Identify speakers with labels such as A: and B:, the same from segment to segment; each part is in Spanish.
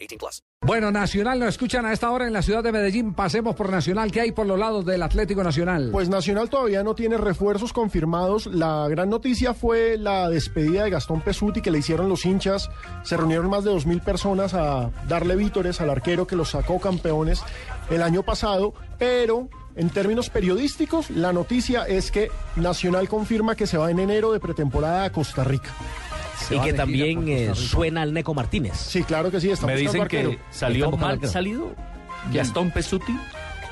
A: 18 plus.
B: Bueno, Nacional nos escuchan a esta hora en la ciudad de Medellín. Pasemos por Nacional, que hay por los lados del Atlético Nacional.
C: Pues Nacional todavía no tiene refuerzos confirmados. La gran noticia fue la despedida de Gastón Pesuti que le hicieron los hinchas. Se reunieron más de 2.000 personas a darle vítores al arquero que los sacó campeones el año pasado, pero... En términos periodísticos, la noticia es que Nacional confirma que se va en enero de pretemporada a Costa Rica.
D: y que también eh, suena al Neco Martínez.
C: Sí, claro que sí, está
E: Me
C: buscando
E: dicen
C: arquero.
E: que salió
D: Está
E: mal
D: buscando.
E: salido
B: Mm.
E: Gastón Pesuti,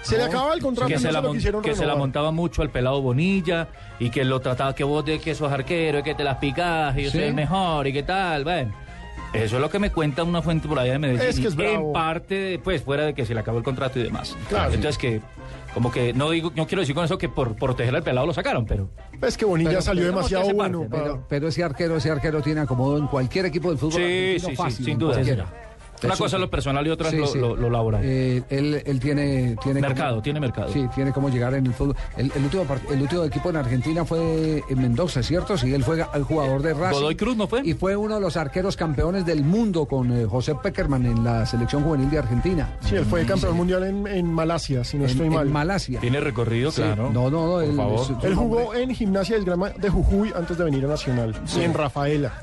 C: Se le acaba el contrato,
E: que
C: no
E: se, la,
C: lo
E: mon-
C: quisieron
E: que se la
C: renovar.
E: montaba mucho al pelado Bonilla y que lo trataba que vos de que sos arquero y que te las picás y yo
B: Sí.
E: soy el mejor y qué tal, bueno. Eso es lo que me cuenta una fuente por allá de Medellín.
C: Es que es
E: Y
C: bravo.
E: En parte, de- pues, fuera de que se le acabó el contrato y demás.
C: Claro.
E: Entonces que, como que, no digo, no quiero decir con eso que por proteger al pelado lo sacaron, pero...
C: Es Pues que Bonilla
B: Pero-
C: salió
E: pero-
C: demasiado
E: pero-
C: bueno. para-
B: Pero, pero ese arquero, ese arquero tiene acomodo en cualquier equipo del fútbol.
E: Sí,
B: argentino
E: sí, sí,
B: fácil,
E: sin
B: en
E: duda.
B: cualquiera.
E: Una
B: Pesuti.
E: cosa es lo personal y otra es
B: Sí,
E: lo,
B: sí.
E: lo- lo laboral.
B: Eh, él, él tiene, tiene
E: Mercado,
B: cómo-
E: tiene mercado.
B: Sí, tiene cómo llegar en el fútbol. El, el último, part- el último equipo en Argentina fue en Mendoza, ¿cierto? Sí, él fue ga- el jugador de Racing.
E: Godoy Cruz, ¿no fue?
B: Y fue uno de los arqueros campeones del mundo con eh, José Peckerman en la selección juvenil de Argentina.
C: Sí, él fue
E: Mm,
C: campeón mundial en, en Malasia, si no
B: en,
C: estoy mal.
B: en Malasia.
E: Tiene recorrido,
B: Sí,
E: claro.
B: No, no, no.
E: Por
B: él-
E: favor.
B: es- es
C: Él
B: un
C: jugó
B: hombre-
C: en Gimnasia del Grama de Jujuy antes de venir a Nacional. Y en Rafaela.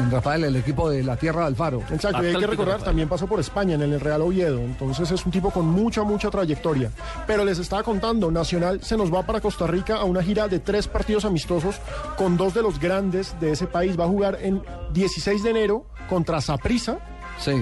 B: en Rafael, el equipo de la Tierra de Alfaro.
C: Exacto, y hay que
E: Atlético
C: recordar,
E: Rafaela.
C: también pasó por España en el Real Oviedo. Entonces es un tipo con mucha, mucha trayectoria. Pero les estaba contando, Nacional se nos va para Costa Rica a una gira de tres partidos amistosos con dos de los grandes de ese país. Va a jugar en 16 de enero contra Saprissa.
B: Sí.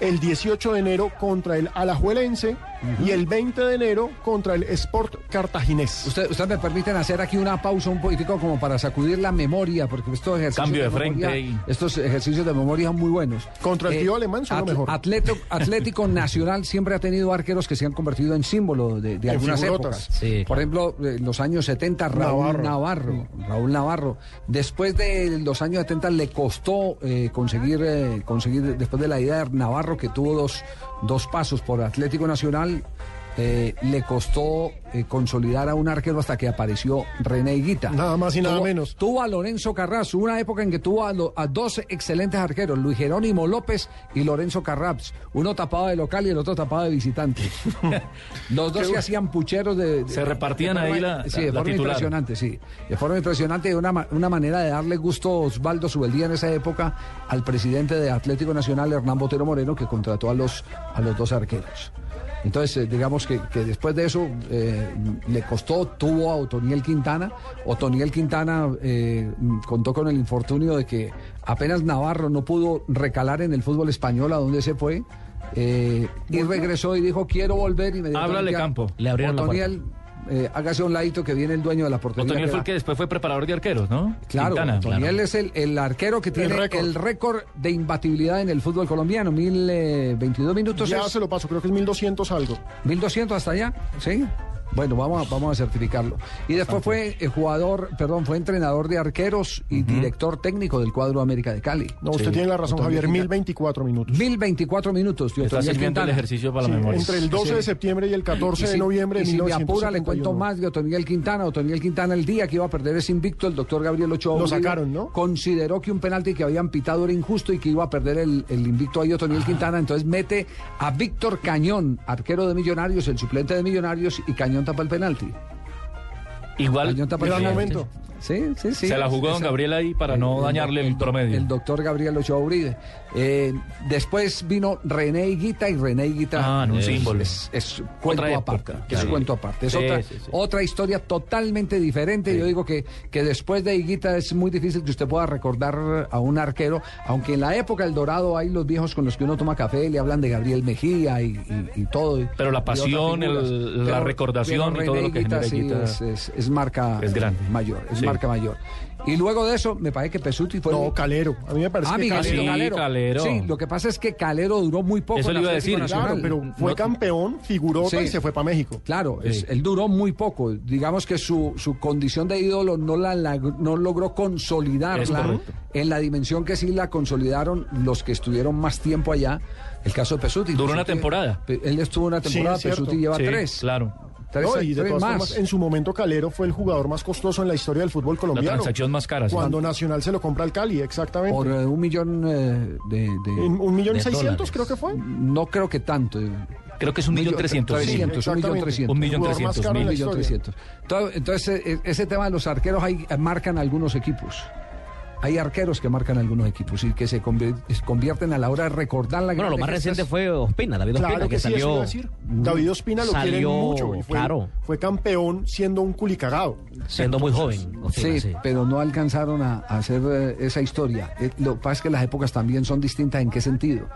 C: el 18 de enero contra el Alajuelense y el 20 de enero contra el Sport Cartaginés.
B: Usted, usted me permiten hacer aquí una pausa un poquitico como para sacudir la memoria, porque estos ejercicios
E: Cambio de frente
B: memoria,
E: ahí.
B: estos ejercicios de memoria son muy buenos.
C: Contra el tío alemán son lo mejor.
B: Atleto- Atlético Nacional siempre ha tenido arqueros que se han convertido en símbolo de, de
C: En
B: algunas
C: figurotas.
B: épocas. Por ejemplo, eh, en los años 70 Raúl Navarro.
C: Navarro.
B: Raúl Navarro. Después de los años 70 le costó eh, conseguir eh, conseguir después de la idea de Navarro que tuvo dos dos pasos por Atlético Nacional. eh, le costó eh, consolidar a un arquero hasta que apareció René Higuita.
C: Nada más y nada
B: Tuvo-
C: menos.
B: Tuvo a Lorenzo Carras, hubo una época en que tuvo a, lo- a dos excelentes arqueros, Luis Jerónimo López y Lorenzo Carras. Uno tapado de local y el otro tapado de visitante. Los dos que hacían pucheros de... de-
E: Se repartían
B: de forma-
E: ahí la-
B: Sí, de
E: la- la
B: forma
E: titular.
B: impresionante, sí. De forma impresionante, de una, ma- una manera de darle gusto a Osvaldo Subeldía en esa época al presidente de Atlético Nacional, Hernán Botero Moreno, que contrató a los, a los dos arqueros. Entonces, eh, digamos que, que después de eso eh, le costó, tuvo a Otoniel Quintana. Otoniel Quintana eh, mm, contó con el infortunio de que apenas Navarro no pudo recalar en el fútbol español a donde se fue. eh, y regresó y dijo, quiero volver. Y me
E: Háblale, campo.
D: Le abrieron la
B: Otoniel, eh, hágase a un ladito que viene el dueño de la portería.
E: Otoniel
B: que
E: fue
B: va.
E: el que después fue preparador de arqueros, ¿no?
B: Claro,
E: Quintana.
B: Otoniel es el, el arquero que tiene
C: récord.
B: el récord de imbatibilidad en el fútbol colombiano. 1022 minutos
C: ya
B: es-
C: se lo paso, creo que es 1200 algo.
B: 1200 hasta allá, ¿sí? Bueno, vamos a, vamos a certificarlo. Y después fue eh, jugador, perdón, fue entrenador de arqueros y director técnico del cuadro América de Cali.
C: No, usted tiene la razón,
B: Otoniel
C: Javier,
B: Quintana.
C: 1024 minutos.
B: 1024 minutos. de
E: Está
B: Otoniel
E: sirviendo el
B: Quintana.
E: ejercicio para
C: Sí,
E: la memoria.
C: entre el 12 de septiembre y el 14
B: Y si-
C: de noviembre de
B: y si me apura, le
C: 1971.
B: cuento más de Otoniel Quintana. Otoniel Quintana, el día que iba a perder ese invicto, el doctor Gabriel Ochoa.
C: Lo
B: Uribe
C: sacaron, ¿no?
B: Consideró que un penalti que habían pitado era injusto y que iba a perder el, el invicto ahí Otoniel Quintana. Entonces mete a Víctor Cañón, arquero de Millonarios, el suplente de Millonarios, y Cañón tapa el penalti.
E: Igual
B: Cañón tapa el
C: Gran
B: penalti.
C: momento.
B: Sí, sí, sí.
E: se la jugó don
B: Esa-
E: Gabriel ahí para no
B: el-
E: dañarle el promedio.
B: el doctor Gabriel Ochoa Uribe. Eh, después vino René Higuita y René Higuita
E: Ah, no, un
B: es-
E: símbolo.
B: Es, es cuento
E: época,
B: aparte. Es
E: claro.
B: cuento aparte. Es
E: Sí,
B: otra,
E: sí, sí.
B: otra historia totalmente diferente. Yo digo que, que después de Higuita es muy difícil que usted pueda recordar a un arquero, aunque en la época del Dorado hay los viejos con los que uno toma café, le hablan de Gabriel Mejía y, y- y todo.
E: Pero la
B: y otras
E: pasión, el-
B: figuras.
E: la recordación y todo
B: René
E: lo que
B: Higuita
E: genera
B: sí
E: Higuita
B: es, es- es marca
E: es grande.
B: mayor. Es
E: Sí,
B: marca mayor. Y luego de eso, me parece que Pesuti fue.
C: No,
B: el-
C: Calero. A mí me
B: pues
C: parece
B: Ah,
C: que
B: mi Galero,
E: Sí,
B: Calero.
C: Calero.
E: Calero.
B: Sí, lo que pasa es que Calero duró muy poco.
E: Eso
B: en
E: le iba a
B: Atlético
E: decir,
C: Claro,
B: Nacional.
C: pero fue
E: No-
C: campeón, figurota
B: Sí.
C: y se fue para México.
B: Claro, es- él duró muy poco. Digamos que su, su condición de ídolo no la, la- no logró
E: Es
B: consolidarla
E: correcto.
B: en la dimensión que sí la consolidaron los que estuvieron más tiempo allá. El caso de Pesuti.
E: Duró una
B: Pesuti-
E: temporada.
B: Pe- Él estuvo una
C: Sí,
B: temporada,
C: es cierto.
B: Pesuti lleva
E: Sí,
B: tres.
E: Claro.
B: Tres,
C: No, y de
B: tres
C: todas
B: más.
C: formas, en su momento Calero fue el jugador más costoso en la historia del fútbol
E: La
C: colombiano.
E: transacción más cara. sí.
C: Cuando Nacional se lo compra al Cali, exactamente.
B: Por eh, un millón eh, de... de-
C: En un millón
E: De
C: seiscientos
E: dólares.
C: creo que fue.
B: No creo que tanto. eh,
E: Creo que es un millón trescientos. mil.
B: trescientos. un millón
C: exactamente.
B: trescientos.
E: Un millón
C: El jugador más
E: trescientos
C: caro en
E: mil.
C: la
B: Un millón
C: historia.
B: trescientos. To- Entonces, e- ese tema de los arqueros ahí eh, marcan algunos equipos. Hay arqueros que marcan algunos equipos y que se convier- se convierten a la hora de recordar la
D: Bueno, lo
B: grande
D: más
B: que
D: reciente
B: estás.
D: fue Ospina, David Ospina,
C: Claro que,
D: que,
C: sí, eso iba a
D: salió.
C: decir. David Ospina lo
D: salió,
C: quieren mucho. y fue,
D: claro.
C: fue campeón siendo un culicagado.
D: siendo muy joven. Ospina,
B: Sí,
D: sí.
B: pero no alcanzaron a, a hacer eh, esa historia. Eh, lo que pasa es que las épocas también son distintas. ¿En qué sentido?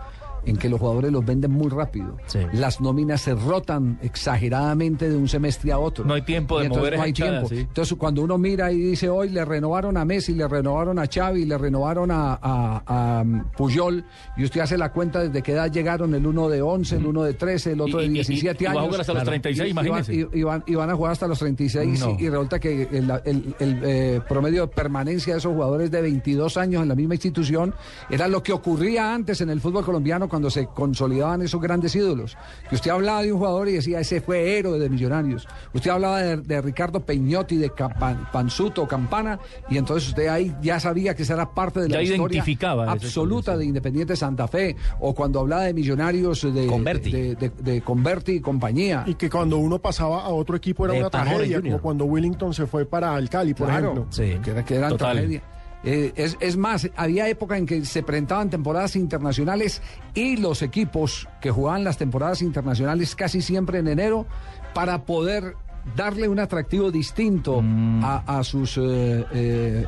B: En que los jugadores los venden muy rápido.
D: Sí.
B: Las nóminas se rotan exageradamente de un semestre a otro.
E: No hay tiempo
B: Y
E: de
B: entonces
E: mover
B: no hay
E: esa hinchada,
B: tiempo.
E: sí.
B: Entonces, cuando uno mira y dice, hoy le renovaron a Messi, le renovaron a Xavi, le renovaron a, a- a, um, Puyol, y usted hace la cuenta desde qué edad llegaron, el uno de 11, el uno de 13, el otro de
E: Y- y- y-
B: 17
E: y va a
B: años.
E: jugar hasta los 36,
B: Y- y va-
E: imagínese.
B: y- y van, y van a jugar hasta los 36
E: No.
B: y, y resulta que el, el- el, eh, promedio de permanencia de esos jugadores de 22 años en la misma institución era lo que ocurría antes en el fútbol colombiano cuando se consolidaban esos grandes ídolos. Que usted hablaba de un jugador y decía, ese fue héroe de Millonarios. Usted hablaba de, de Ricardo Peñotti, de Campa- Panzuto, Campana, y entonces usted ahí ya sabía que esa era parte de la
E: Ya
B: historia
E: identificaba esa
B: absoluta
E: historia, sí.
B: de Independiente Santa Fe, o cuando hablaba de Millonarios de
D: Converti.
B: de, de- de Converti y compañía.
C: Y que cuando uno pasaba a otro equipo era
D: De
C: una
D: Pajores
C: tragedia,
D: Junior.
C: como cuando Willington se fue para el Cali, por
B: Claro,
C: ejemplo.
D: Sí.
B: que, era- que eran
E: Total.
B: tragedia. Eh, es, es más, había época en que se presentaban temporadas internacionales y los equipos que jugaban las temporadas internacionales casi siempre en enero para poder darle un atractivo distinto
E: Mm.
B: a, a sus eh, eh, eh,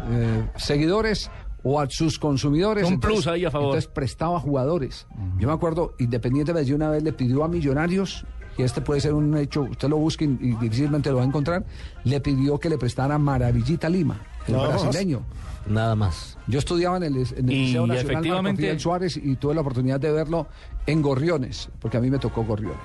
B: seguidores o a sus consumidores.
E: Un plus ahí a favor.
B: Entonces prestaba jugadores. Yo me acuerdo, Independiente Medellín una vez le pidió a Millonarios, y este puede ser un hecho, usted lo busque y, y difícilmente lo va a encontrar, le pidió que le prestara Maravillita Lima, el
C: No.
B: brasileño.
D: Nada más.
B: Yo estudiaba en el, en el
E: Y
B: Liceo Nacional Marco
E: efectivamente-
B: Fidel Suárez y tuve la oportunidad de verlo en Gorriones, porque a mí me tocó Gorriones.